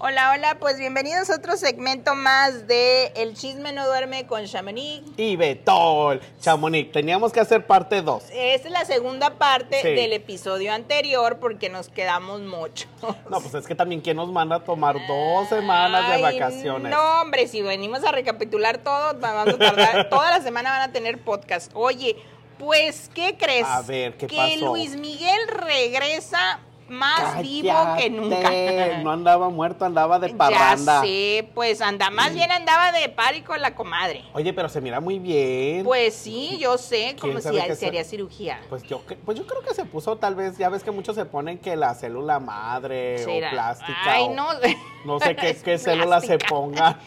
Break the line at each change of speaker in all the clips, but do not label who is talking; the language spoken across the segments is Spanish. Hola, hola, pues bienvenidos a otro segmento más de El chisme no duerme con Chamonix.
y Betol. Chamonix, teníamos que hacer parte 2.
Esta es la segunda parte
Sí.
del episodio anterior porque nos quedamos mucho.
No, pues es que también quién nos manda a tomar dos semanas de vacaciones.
No, hombre, si venimos a recapitular todo, vamos a tardar. toda la semana van a tener podcast. Oye, pues, ¿qué crees?
A ver, ¿qué
que
pasó?
Luis Miguel regresa más vivo que
Cállate,
nunca.
No andaba muerto, andaba de parranda.
Ya sé, pues anda, más bien andaba de pari con la comadre.
Oye, pero se mira muy bien.
Pues sí, yo sé, como si
sabe qué
se haría
sea?
cirugía.
Pues yo, cre- pues yo creo que se puso tal vez, ya ves que muchos se ponen que la célula madre
Será.
o plástica.
Ay,
o-
no.
no sé qué,
Es
qué célula se
plástica.
ponga.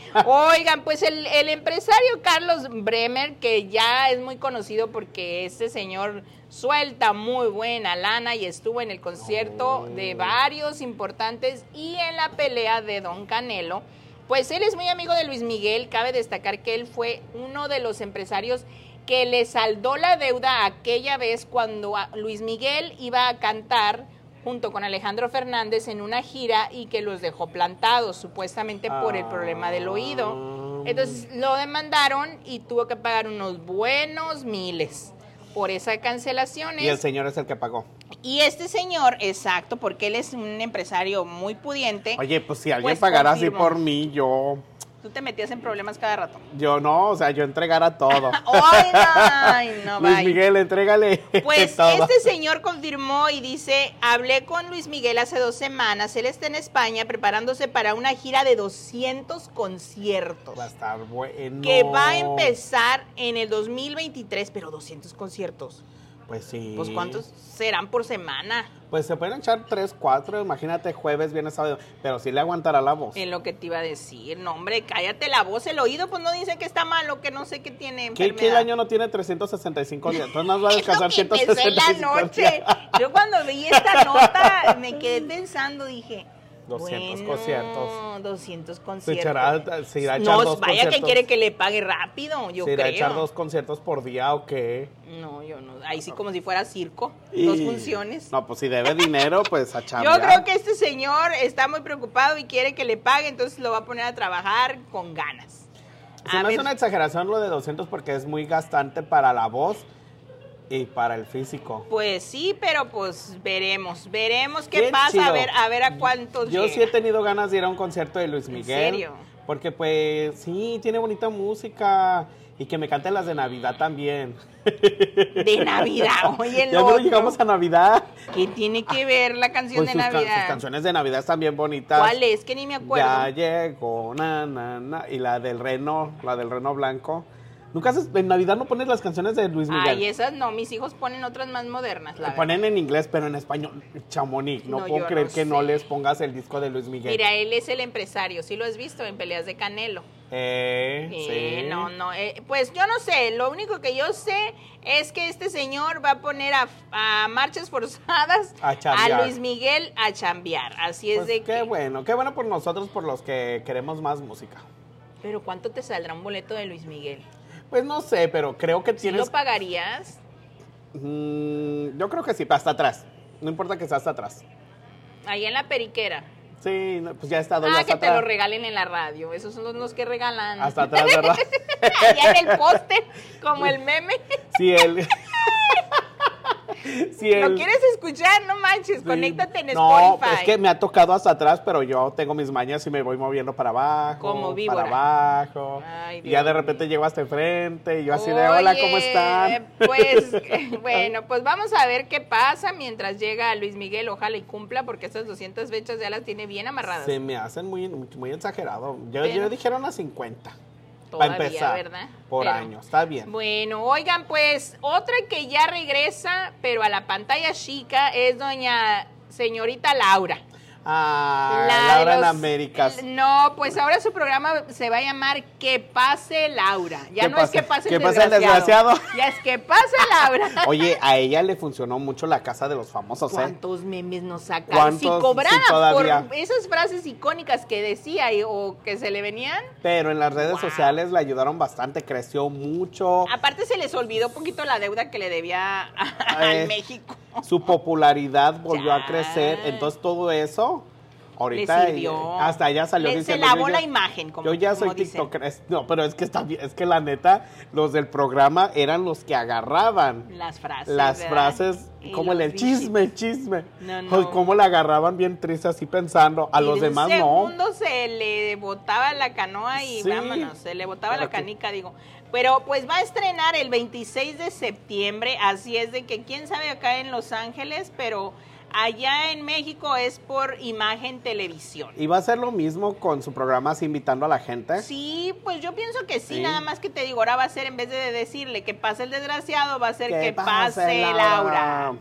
Oigan, pues el, el empresario Carlos Bremer, que ya es muy conocido porque este señor suelta muy buena lana y estuvo en el concierto
No.
de varios importantes y en la pelea de Don Canelo. Pues él es muy amigo de Luis Miguel, cabe destacar que él fue uno de los empresarios que le saldó la deuda aquella vez cuando a- Luis Miguel iba a cantar junto con Alejandro Fernández en una gira y que los dejó plantados supuestamente por el problema del oído.
Ah.
Entonces lo demandaron y tuvo que pagar unos buenos miles por esa cancelación.
Y el señor es el que pagó.
Y este señor, exacto, porque él es un empresario muy pudiente.
Oye, pues si alguien
Pues
pagara así
confirmo.
por mí, yo,
Tú te metías en problemas cada rato.
yo no, o sea, yo entregara todo.
¡Ay, no! Ay, no,
Luis
bye.
Miguel, entrégale.
Pues
todo.
este señor confirmó y dice, hablé con Luis Miguel hace dos semanas, él está en España preparándose para una gira de 200 conciertos.
Va a estar bueno.
Que va a empezar en el 2023, pero 200 conciertos.
Pues sí.
Pues ¿cuántos serán por semana?
Pues se pueden echar tres, cuatro, imagínate jueves, viernes, sábado. Pero sí le aguantará la voz.
En lo que te iba a decir, no hombre, cállate la voz, el oído, pues no dice que está malo, que no sé qué tiene
¿Qué,
enfermedad.
qué el año no tiene 365 días? Entonces nos va a
Es lo
descansar
que pensé en la
165
noche.
días.
Yo cuando vi esta nota me quedé pensando, dije.
200
bueno,
conciertos.
200
Se
conciertos.
echará, se irá a echar
no,
dos
vaya que
conciertos.
quiere que le pague rápido, yo
se irá
creo.
a echar dos conciertos por día o qué.
No, yo no. Ahí sí como si fuera circo,
Y-
dos funciones.
No, pues si debe dinero, pues a
yo
chambear.
creo que este señor está muy preocupado y quiere que le pague, entonces lo va a poner a trabajar con ganas.
Se
A
me hace
ver,
una exageración lo de 200 porque es muy gastante para la voz y para el físico.
Pues sí, pero pues veremos, veremos qué,
Bien
pasa, a
chido.
ver, a ver a cuántos
Yo sí he
llega.
tenido ganas de ir a un concierto de Luis Miguel.
serio?
Porque pues sí, tiene bonita música y que me cante las de Navidad también.
de Navidad. Oye, el
ya no
otro.
llegamos a Navidad.
¿Qué tiene que ver la canción
Pues
de
sus, can- sus
Navidad?
canciones de Navidad están bien bonitas.
¿Cuál es? Que ni me acuerdo.
Ya llegó, na, na, na. Y la del reno, la del reno blanco. Nunca haces, en Navidad no pones las canciones de Luis Miguel.
Ay, esas no, mis hijos ponen otras más modernas. La
Lo ponen en inglés, pero en español, chamonix. No,
No, yo
puedo creer
no
que no
sé.
les pongas el disco de Luis
verdad.
Miguel.
Mira, él es el empresario, sí lo has visto en peleas de Canelo.
Eh,
Eh,
sí.
No, no, eh, pues yo no sé, lo único que yo sé es que este señor va a poner a, a marchas forzadas
A chambear.
Luis Miguel a chambear. Así es
Pues
de
qué
que...
bueno, qué bueno por nosotros, por los que queremos más música.
Pero ¿cuánto te saldrá un boleto de Luis Miguel?
Pues no sé, pero creo que
¿Sí
tienes.
lo pagarías?
Mm, yo creo que sí, hasta atrás. No importa que sea hasta atrás.
Ahí en la periquera.
Sí, no, pues ya está doy
Ah,
hasta
que te
atrás.
lo regalen en la radio. Esos son los- los que regalan.
Hasta atrás, ¿verdad?
Allá en el póster, como el meme.
Si él. si él.
¿Lo quieres escuchar? No manches,
sí.
conéctate en
no, pues
Spotify.
es que me ha tocado hasta atrás, pero yo tengo mis mañas y me voy moviendo para abajo.
Como víbora.
Para abajo.
Ay,
y ya
Dios
de repente llego hasta enfrente y yo así de,
Oye,
hola, ¿cómo están?
Pues, bueno, pues vamos a ver qué pasa mientras llega Luis Miguel. Ojalá y cumpla, porque estas 200 fechas ya las tiene bien amarradas.
Se me hacen muy, muy exagerado. Yo,
Pero-
yo dijeron a 50.
Todavía,
para empezar.
¿verdad?
Por
Pero-
año, está bien.
Bueno, oigan, pues otra que ya regresa, pero a la pantalla chica, es doña señorita Laura.
Ah,
La de
Laura en
los-
Américas.
No, pues ahora su programa se va a llamar Que pase Laura. Ya
Que
no
pase-
es que pase el
que pase el desgraciado.
Ya es que pase Laura.
Oye, a ella le funcionó mucho la casa de los famosos, ¿eh?
¿Cuántos memes nos sacaron?
¿Cuántos?
Si
Sí,
cobraran
todavía.
por esas frases icónicas que decía y- o que se le venían.
Pero en las redes
Wow.
sociales la ayudaron bastante, creció mucho.
Aparte se les olvidó un poquito la deuda que le debía a-
Ah,
al
es-
México.
Su popularidad volvió
Ya.
a crecer. Entonces todo eso, ahorita
Le sirvió.
eh, hasta ella salió
Le-
diciendo.
se lavó
yo ya-
la imagen, como
yo ya soy
como dicen.
TikToker. Es- No, pero es que está bien, es que la neta, los del programa eran los que agarraban
Las frases.
las
¿verdad?
frases,
Y
como el,
los
del chisme, el chisme.
No, no.
Pues, Cómo la agarraban bien triste así pensando. A
Y
los
de un
demás no.
segundo se le botaba la canoa y
Sí.
vámonos, se le botaba la
Pero que-
canica, digo. Pero pues va a estrenar el 26 de septiembre, así es de que quién sabe acá en Los Ángeles, pero allá en México es por imagen televisión.
Y va a ser lo mismo con su programa así invitando a la gente.
Sí, pues yo pienso que sí,
Sí.
nada más que te digo, ahora va a ser, en vez de decirle que pase el desgraciado, va a ser
Que
que,
pase,
pase Laura.
Laura.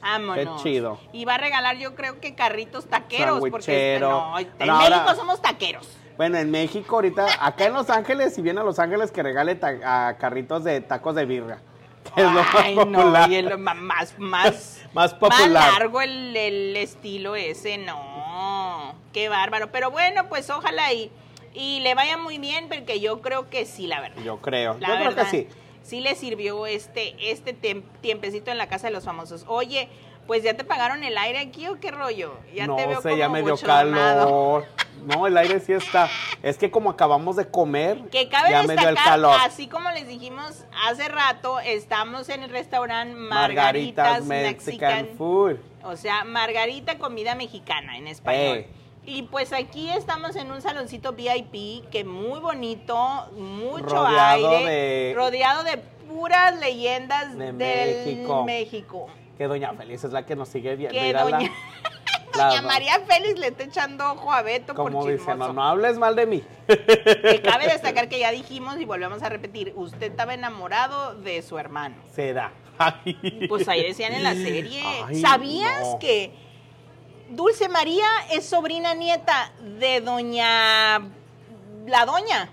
Vámonos.
Qué chido.
Y va a regalar, yo creo que carritos taqueros, porque
Sandwichero.
no, en
Bueno,
México
ahora-
somos taqueros.
Bueno, en México ahorita, acá en Los Ángeles, si viene a Los Ángeles, que regale ta- a carritos de tacos de birra. que es lo más
Ay,
popular.
No, y el ma- más, más,
Más popular.
más largo el, el estilo ese, no. Qué bárbaro. Pero bueno, pues ojalá y, y le vaya muy bien, porque yo creo que sí, la verdad.
Yo creo,
La
yo creo
verdad,
que sí.
Sí le sirvió este, este tem- tiempecito en la casa de los famosos. Oye, pues ya te pagaron el aire aquí o qué rollo? Ya
no
te veo
sé,
como
ya me dio
bochornado.
calor. No, el aire sí está. Es que como acabamos de comer,
Que cabe
ya me dio el
destacar,
calor.
así como les dijimos hace rato, estamos en el restaurante Margaritas,
Margaritas
Mexican,
Mexican Food.
O sea, Margarita Comida Mexicana en español. Y pues aquí estamos en un saloncito VIP que muy bonito, mucho
Rodeado
aire,
de-
rodeado de puras leyendas
De
del México.
México. Que Doña Feliz es la que nos sigue viendo.
Que
mírala.
doña-
La-
Doña María Félix le está echando ojo a Beto por
Como dice, no,
chismoso.
no hables mal de mí.
Que cabe destacar que ya dijimos y volvemos a repetir, usted estaba enamorado de su hermano.
Será.
Pues ahí decían en la serie.
Ay,
¿Sabías
no.
que Dulce María es sobrina nieta de doña... La doña?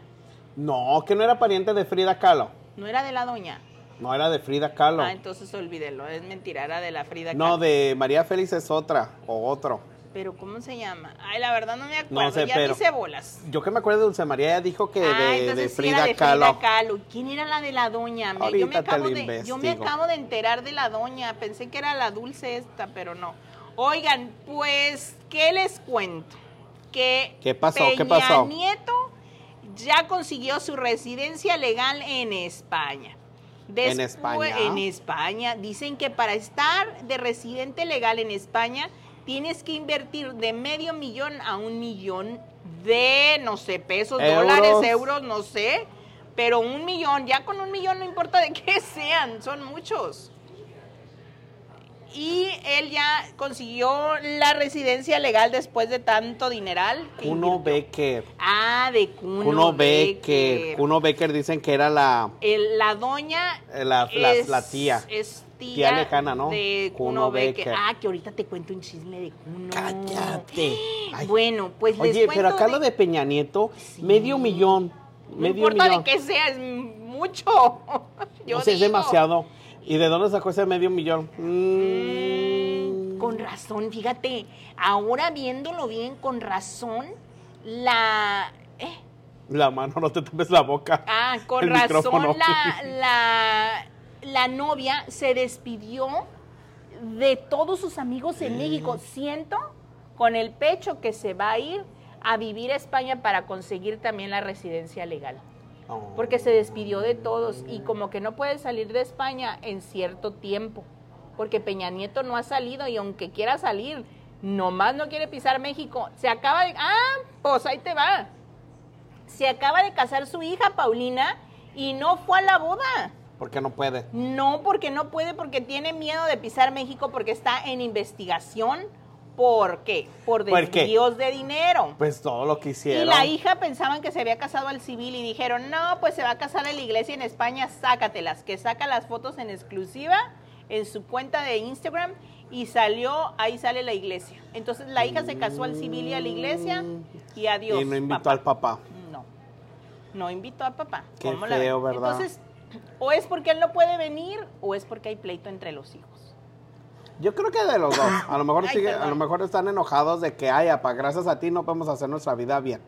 No, que no era pariente de Frida Kahlo.
No era de la doña.
No era de Frida Kahlo.
Ah, entonces olvídelo, es mentira, era de la Frida
no,
Kahlo.
de María Félix es otra o otro.
Pero ¿cómo se llama? Ay, la verdad no me acuerdo,
sé,
ya
pero-
hice bolas.
Yo que me acuerdo de Dulce María, ella dijo que
Ah,
de, de
entonces sí
Frida
era de
Kahlo.
Frida Kahlo. ¿Quién era la de la doña? Me- yo, me
Ahorita te
acabo
lo
de, yo me
investigo.
acabo de enterar de la doña. Pensé que era la dulce esta, pero no. Oigan, pues, ¿qué les cuento? Que
¿Qué pasó?
Peña
¿Qué pasó?
Nieto ya consiguió su residencia legal en España.
¿En
Despu-
España?
En España. Dicen que para estar de residente legal en España tienes que invertir de medio millón a un millón de, no sé, pesos,
Euros.
dólares, euros, no sé. Pero un millón, ya con un millón no importa de qué sean, son muchos. Y él ya consiguió la residencia legal después de tanto dineral. que
Kuno
invirtió.
Becker.
Ah, de Kuno,
Kuno
Becker.
Becker. Kuno Becker dicen que era la,
El- la doña
eh, la, la- la tía.
es tía,
Tía lejana, ¿no?
De Kuno,
Kuno
Becker.
Becker.
Ah, que ahorita te cuento un chisme de Kuno.
Cállate. Ay.
Bueno, pues les
Oye,
cuento
pero acá lo de Peña Nieto,
Sí.
medio millón.
No
Medio
importa
millón.
de qué sea, es mucho. Yo
no sé, es
digo.
demasiado. ¿Y de dónde sacó ese medio millón? Mm.
Mm, Con razón, fíjate. Ahora viéndolo bien, con razón, la... eh,
La mano, no te tapes la boca.
Ah, con
El micrófono.
razón la, la, la novia se despidió de todos sus amigos en México. Siento con el pecho que se va a ir a vivir a España para conseguir también la residencia legal.
Oh.
Porque se despidió de todos y como que no puede salir de España en cierto tiempo. Porque Peña Nieto no ha salido y aunque quiera salir, nomás no quiere pisar México. Se acaba de... Ah, pues ahí te va. Se acaba de casar su hija Paulina y no fue a la boda.
Porque no puede.
No, porque no puede, porque tiene miedo de pisar México porque está en investigación. ¿Por qué? Por
¿Por qué?
desvíos de dinero.
Pues todo lo que hicieron.
Y la hija pensaban que se había casado al civil y dijeron, no, pues se va a casar en la iglesia en España, sácatelas, que saca las fotos en exclusiva en su cuenta de Instagram y salió, ahí sale la iglesia. Entonces la hija se casó al civil y a la iglesia y adiós.
Y no invitó
papá.
al papá.
No, no invitó a papá.
Qué
¿Cómo la ven?
feo, ¿verdad?
Entonces, o es porque él no puede venir o es porque hay pleito entre los hijos.
Yo creo que de los dos. A lo mejor
Ay,
sigue- a
perdón.
lo mejor están enojados de que, ay, apa, gracias a ti no podemos hacer nuestra vida bien.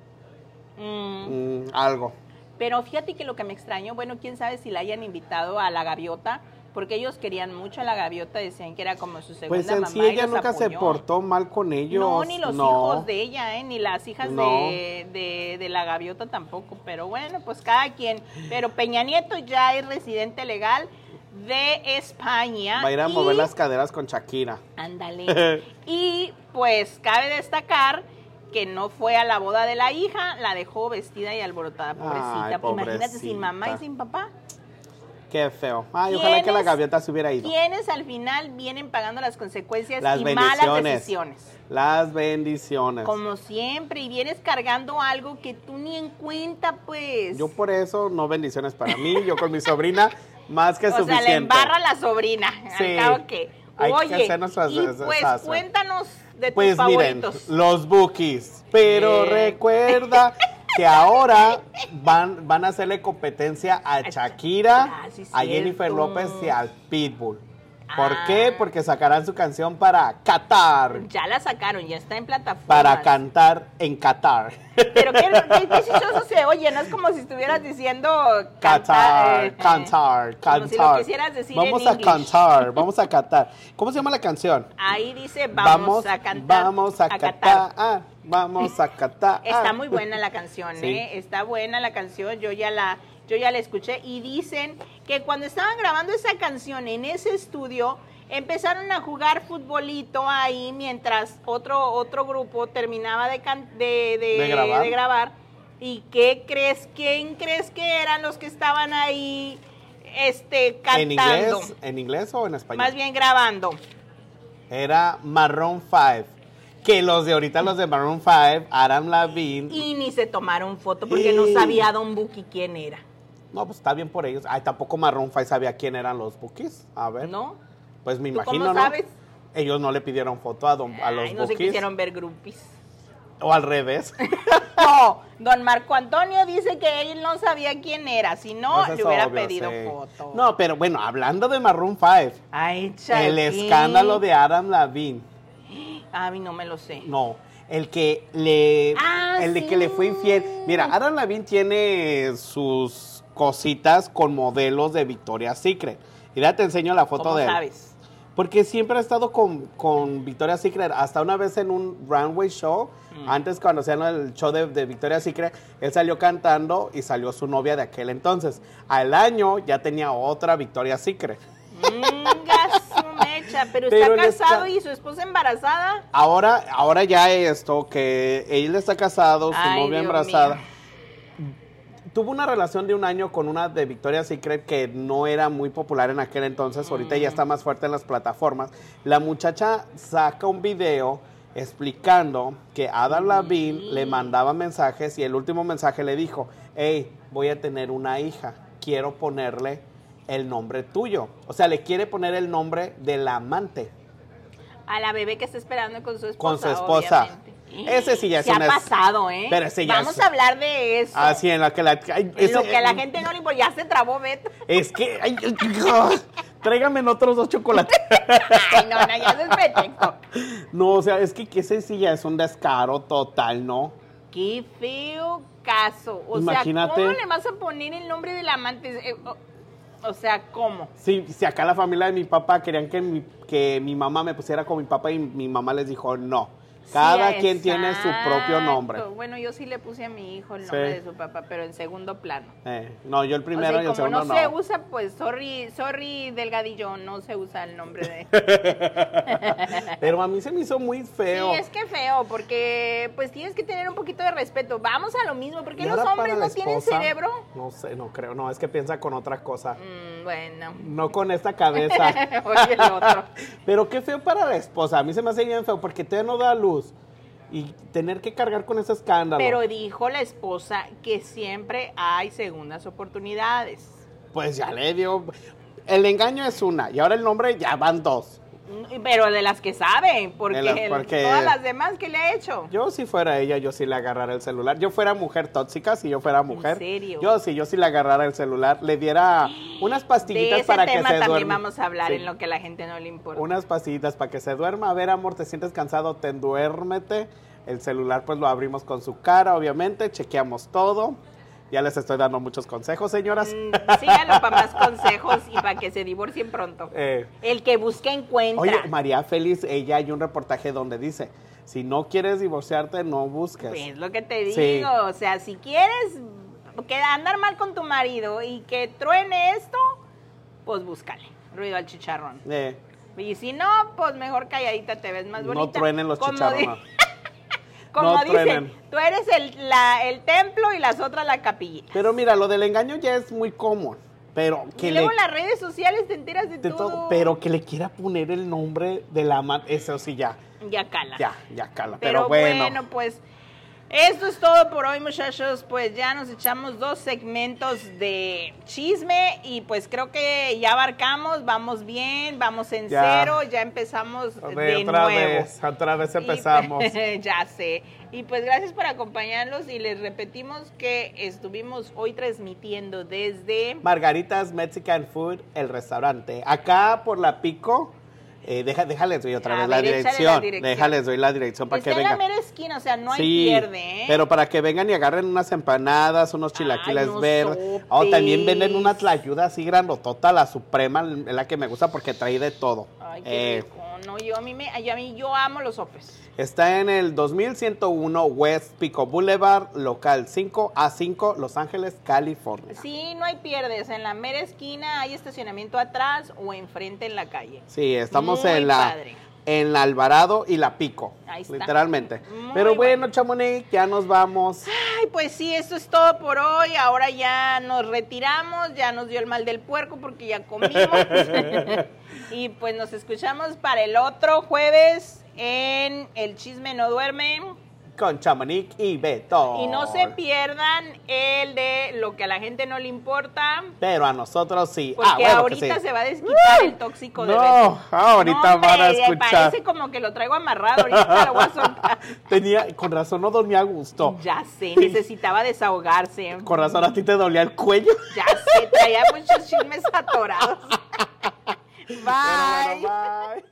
Mm,
Mm, algo.
Pero fíjate que lo que me extrañó, bueno, quién sabe si la hayan invitado a la gaviota, porque ellos querían mucho a la gaviota, decían que era como su segunda
Pues en
mamá.
sí
y
ella
los
nunca se
apoyó.
portó mal con ellos.
No, ni los
no.
hijos de ella, ¿eh? ni las hijas
No.
de, de- de la gaviota tampoco. Pero bueno, pues cada quien. Pero Peña Nieto ya es residente legal de España.
Va a ir a
Ah, y-
mover las caderas con Shakira.
Ándale. y pues cabe destacar que no fue a la boda de la hija, la dejó vestida y alborotada, pobrecita. Pues,
Ay,
Imagínate sin mamá y
pobrecita.
sin papá.
Qué feo. Ay, ojalá que la
¿Quiénes-
gaviota se hubiera ido.
Quienes al final vienen pagando las consecuencias
Las
y malas
bendiciones.
decisiones.
Las bendiciones.
Como siempre, y vienes cargando algo que tú ni en cuenta, pues.
Yo por eso, no bendiciones para mí, yo con mi sobrina, más que
o
suficiente.
sea, le embarra la sobrina. Al
Sí.
cabo que.
Hay que
Oye,
hacer nuestras-
y pues
esas-
cuéntanos de
Pues
tus
miren,
favoritos.
los bookies. Pero
Eh.
recuerda que ahora van, van a hacerle competencia a Shakira,
Ah, sí,
a Jennifer
cierto.
López y al Pitbull. ¿Por
Ah.
qué? Porque sacarán su canción para Qatar,
Ya la sacaron, ya está en plataforma.
para cantar en Qatar.
Pero qué, qué, qué chistoso se oye, no es como si estuvieras diciendo. canta- eh,
Qatar, Qatar,
Como si lo
Qatar.
quisieras decir en
Vamos a
English.
cantar, vamos a cantar. ¿Cómo se llama la canción?
Ahí dice, vamos, a cantar.
Vamos a,
cantar.
Qatar, vamos a Qatar.
Está muy buena la canción,
Ah. Sí.
¿eh? Está buena la canción, yo ya la, yo ya la escuché. Y dicen que cuando estaban grabando esa canción en ese estudio, empezaron a jugar futbolito ahí mientras otro, otro grupo terminaba de, can- de, de-
¿De grabar?
de grabar. ¿Y qué crees? ¿Quién crees que eran los que estaban ahí este,
Ah, ¿En
cantando?
inglés, ¿En inglés o en español?
Más bien grabando.
Era Maroon 5. Que los de ahorita, los de Maroon 5, Aram Lavigne.
Y ni se tomaron foto porque no
Sí.
sabía Don Buki quién era.
No, pues está bien por ellos. Ay, tampoco Maroon 5 sabía quién eran los bookies. A ver.
¿No?
Pues me
¿Tú cómo
imagino, ¿no?
sabes?
Ellos no le pidieron foto a, don- a los
Ay, no se
Bukis.
quisieron ver groupies.
O al revés.
No, don Marco Antonio dice que él no sabía quién era, si no,
Pues es
Oh, le hubiera
obvio,
pedido
sí.
foto.
No, pero bueno, hablando de Maroon 5,
Ay, Shakira.
el escándalo de Adam Lavigne.
A mí no me lo sé.
No, el que le
Ah,
el de
sí.
que le fue infiel. Mira, Adam Lavigne tiene sus cositas con modelos de Victoria's Secret. Mira, te enseño la foto
¿Cómo
de él.
sabes?
Porque siempre ha estado con, con Victoria's Secret. Hasta una vez en un runway show, antes cuando hacían el show de, de Victoria's Secret, él salió cantando y salió su novia de aquel entonces. Al año ya tenía otra Victoria's Secret.
Minga su mecha, pero,
Pero
está
él está-
casado y su esposa embarazada.
Ahora, ahora ya esto, que él está casado, su
Ay,
novia
Dios
embarazada.
mío.
Tuvo una relación de un año con una de Victoria's Secret que no era muy popular en aquel entonces, ahorita
Mm.
ya está más fuerte en las plataformas. La muchacha saca un video explicando que Adam Lavigne
Mm.
le mandaba mensajes y el último mensaje le dijo, hey, voy a tener una hija, quiero ponerle el nombre tuyo. O sea, le quiere poner el nombre del amante
A la bebé que está esperando con su esposa.
con su esposa.
obviamente.
Ese sí ya es
Se ha
una-
pasado, ¿eh?
Pero ese ya
Vamos
es-
a hablar de eso.
Así Ah, en la que la. ay,
En lo
ese- eh,
que a la gente no le importa, ya se trabó Beto.
Es que. ay, ay, ah, tráigame otros dos chocolates.
Ay, no, no, ya se es peteco.
No, o sea, es que que ese sí ya es un descaro total, ¿no?
Qué feo caso. O
Imagínate.
sea, ¿cómo le vas a poner el nombre del amante? Eh, o- O sea, ¿cómo?
Sí, si acá la familia de mi papá querían que mi, que mi mamá me pusiera con mi papá y mi mamá les dijo no. Cada
Sí,
quien tiene su propio
exacto.
nombre.
Bueno, yo sí le puse a mi hijo el
Sí.
nombre de su papá, pero en segundo plano.
Eh, no, yo el
O sea, y
primero y el
como
segundo
no,
no.
se usa, pues, sorry, sorry, Delgadillo, no se usa el nombre de...
Pero a mí se me hizo muy feo.
Sí, es que feo, porque pues tienes que tener un poquito de respeto. Vamos a lo mismo, porque
¿Y
los
ahora
hombres
para la
no tienen
esposa?
cerebro.
No sé, no creo. No, es que piensa con otra cosa.
Mm, bueno,
No con esta cabeza.
oye el otro.
Pero qué feo para la esposa. A mí se me hace bien feo porque te no da luz y tener que cargar con ese escándalo.
Pero dijo la esposa que siempre hay segundas oportunidades.
pues ya le dio. el engaño es una y ahora el nombre ya van dos.
Mm, Pero de las que saben, porque,
De las- porque-
todas las demás que le ha hecho.
Yo si fuera ella, yo sí le agarrara el celular. Yo fuera mujer tóxica, si yo fuera mujer.
serio?
Yo sí, yo sí le agarrara el celular, le diera unas
de
pastillitas
ese
para que
tema
se
también
duerma.
vamos a hablar
Sí.
en lo que a la gente no le importa.
Unas pastillitas para que se duerma. A ver, amor, ¿te sientes cansado? Ten, duérmete. El celular, pues lo abrimos con su cara, obviamente. Chequeamos todo. Ya les estoy dando muchos consejos, señoras.
Mm, Síganlo para más consejos y para que se divorcien pronto.
Eh,
El que busca encuentra.
oye, María Félix, ella hay un reportaje donde dice: si no quieres divorciarte, no busques.
Pues lo que te digo,
Sí.
o sea, si quieres que andar mal con tu marido y que truene esto, pues búscale. Ruido al chicharrón.
Eh,
Y si no, pues mejor calladita te ves más bonita.
no truenen los
Como di-
chicharrones.
Como
No
dicen,
truenen.
tú eres el, la- el templo y las otras la capilla.
Pero mira, lo del engaño ya es muy común. Pero que
Y
le,
luego en las redes sociales te enteras de,
de
todo.
todo, pero que le quiera poner el nombre de la ama, eso sí ya,
Ya cala.
ya, ya cala.
Pero,
Pero,
bueno. pues esto es todo por hoy, muchachos. Pues ya nos echamos dos segmentos de chisme y pues creo que ya abarcamos, vamos bien, vamos en
Ya.
cero, ya empezamos
A
de,
ver, otra
nuevo.
vez, otra vez
Y- pues,
empezamos.
ya sé. Y pues gracias por acompañarlos y les repetimos que estuvimos hoy transmitiendo desde
Margaritas Mexican Food, el restaurante. Acá por la Pico, eh, deja, déjales doy otra
A
vez
ver,
la
échale la
dirección.
dirección.
Déjales doy la dirección para
está
que
pues, en la
vengan.
mera esquina, o sea, no hay
Sí,
pierde, ¿eh?
Pero para que vengan y agarren unas empanadas, unos chilaquiles
no
verdes. Oh, también venden
sopes.
una tlayuda así grandotota, la suprema, es la que me gusta porque trae de todo.
Ay, qué
Eh,
rico. No, yo a mí me, yo a mí yo amo los sopes.
Está en el 2101 West Pico Boulevard, local 5 A5, Los Ángeles, California.
Sí, no hay pierdes. En la mera esquina hay estacionamiento atrás o enfrente en la calle.
Sí, estamos
Muy
en la
padre.
en la Alvarado y la Pico,
Ahí está.
literalmente.
Muy
Pero bueno,
bueno.
Chamonix, ya nos vamos.
Ay, pues sí, esto es todo por hoy. Ahora ya nos retiramos, ya nos dio el mal del puerco porque ya comimos. y pues nos escuchamos para el otro jueves en El Chisme No Duerme.
Con Chamonix y Beto.
Y no se pierdan el de lo que a la gente no le importa.
Pero a nosotros sí.
Porque
ah, bueno, que
ahorita
sí.
se va a desquitar el tóxico de
No,
Beto.
ahorita
hombre,
van a escuchar.
Parece como que lo traigo amarrado, ahorita lo voy a soltar.
Tenía, con razón no dormía a gusto.
Ya sé, necesitaba desahogarse.
Con razón a ti te dolía el cuello.
Ya sé, traía muchos chismes atorados. Bye.
Pero bueno, bye.